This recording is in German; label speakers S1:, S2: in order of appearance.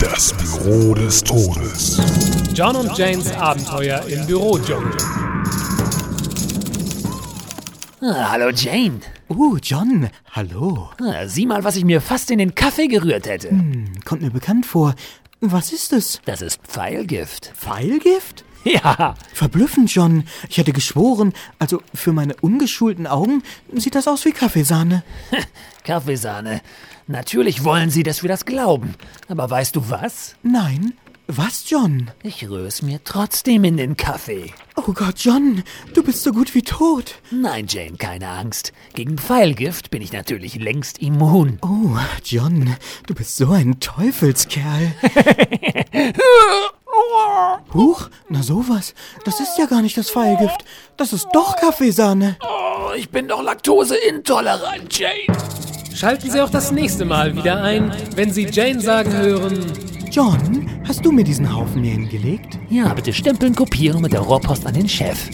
S1: Das Büro des Todes.
S2: John und Janes Abenteuer im Büro, John.
S3: Ah, Hallo Jane.
S4: Oh, John, hallo.
S3: Ah, Sieh mal, was ich mir fast in den Kaffee gerührt hätte.
S4: Kommt mir bekannt vor. Was ist es?
S3: Das ist Pfeilgift.
S4: Pfeilgift?
S3: Ja,
S4: Verblüffend, John. Ich hätte geschworen, also für meine ungeschulten Augen sieht das aus wie Kaffeesahne.
S3: Kaffeesahne. Natürlich wollen sie, dass wir das glauben. Aber weißt du was?
S4: Nein. Was, John?
S3: Ich rühre es mir trotzdem in den Kaffee.
S4: Oh Gott, John, du bist so gut wie tot.
S3: Nein, Jane, keine Angst. Gegen Pfeilgift bin ich natürlich längst immun.
S4: Oh, John, du bist so ein Teufelskerl. Huch, na sowas. Das ist ja gar nicht das Pfeilgift. Das ist doch Kaffeesahne.
S3: Oh, ich bin doch laktoseintolerant, Jane.
S2: Schalten Sie auch das nächste Mal wieder ein, wenn Sie Jane sagen hören.
S4: John, hast du mir diesen Haufen hier hingelegt?
S3: Ja, bitte stempeln, kopieren mit der Rohrpost an den Chef.